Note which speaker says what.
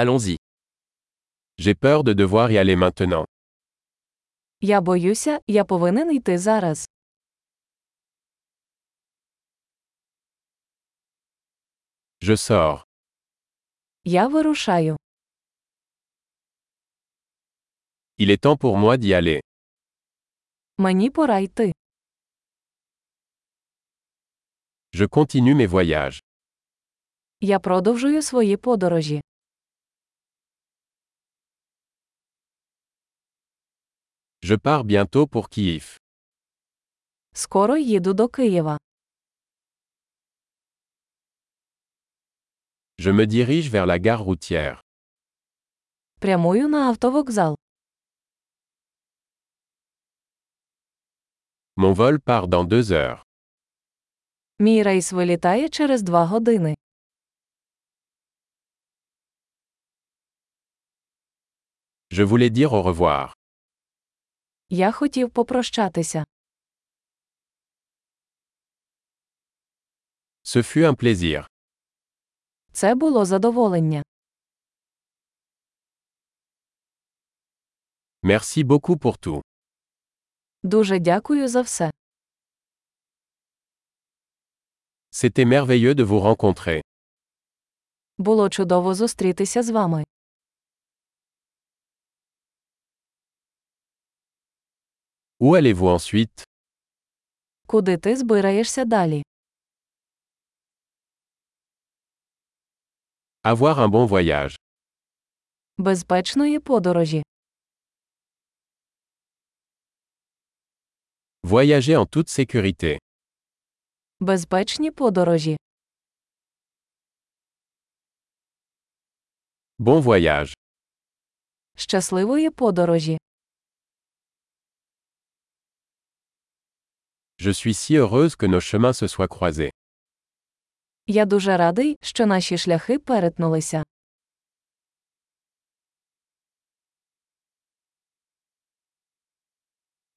Speaker 1: Allons-y. J'ai peur de devoir y aller maintenant.
Speaker 2: Я боюся, я повинен йти зараз.
Speaker 1: Je sors.
Speaker 2: Я вирушаю.
Speaker 1: Il est temps pour moi d'y aller.
Speaker 2: Мені пора йти.
Speaker 1: Je continue mes voyages.
Speaker 2: Я продовжую свої подорожі.
Speaker 1: Je pars bientôt pour Kiev.
Speaker 2: Скоро їду до Києва.
Speaker 1: Je me dirige vers la gare routière.
Speaker 2: Прямую на автовокзал.
Speaker 1: Mon vol part dans deux heures.
Speaker 2: Мій рейс вилітає через два години.
Speaker 1: Je voulais dire au revoir.
Speaker 2: Я хотів попрощатися.
Speaker 1: Ce fut un plaisir.
Speaker 2: Це було задоволення.
Speaker 1: Merci beaucoup pour tout.
Speaker 2: Дуже дякую за все.
Speaker 1: C'était merveilleux de vous rencontrer.
Speaker 2: Було чудово зустрітися з вами.
Speaker 1: Où allez-vous ensuite
Speaker 2: Куди ти збираєшся далі?
Speaker 1: Avoir un bon voyage.
Speaker 2: Безпечної подорожі.
Speaker 1: Voyager en toute sécurité.
Speaker 2: Безпечні подорожі.
Speaker 1: Bon voyage.
Speaker 2: Щасливої подорожі.
Speaker 1: Je suis si heureuse que nos chemins se soient croisés.
Speaker 2: Я дуже радий, що наші шляхи перетнулися.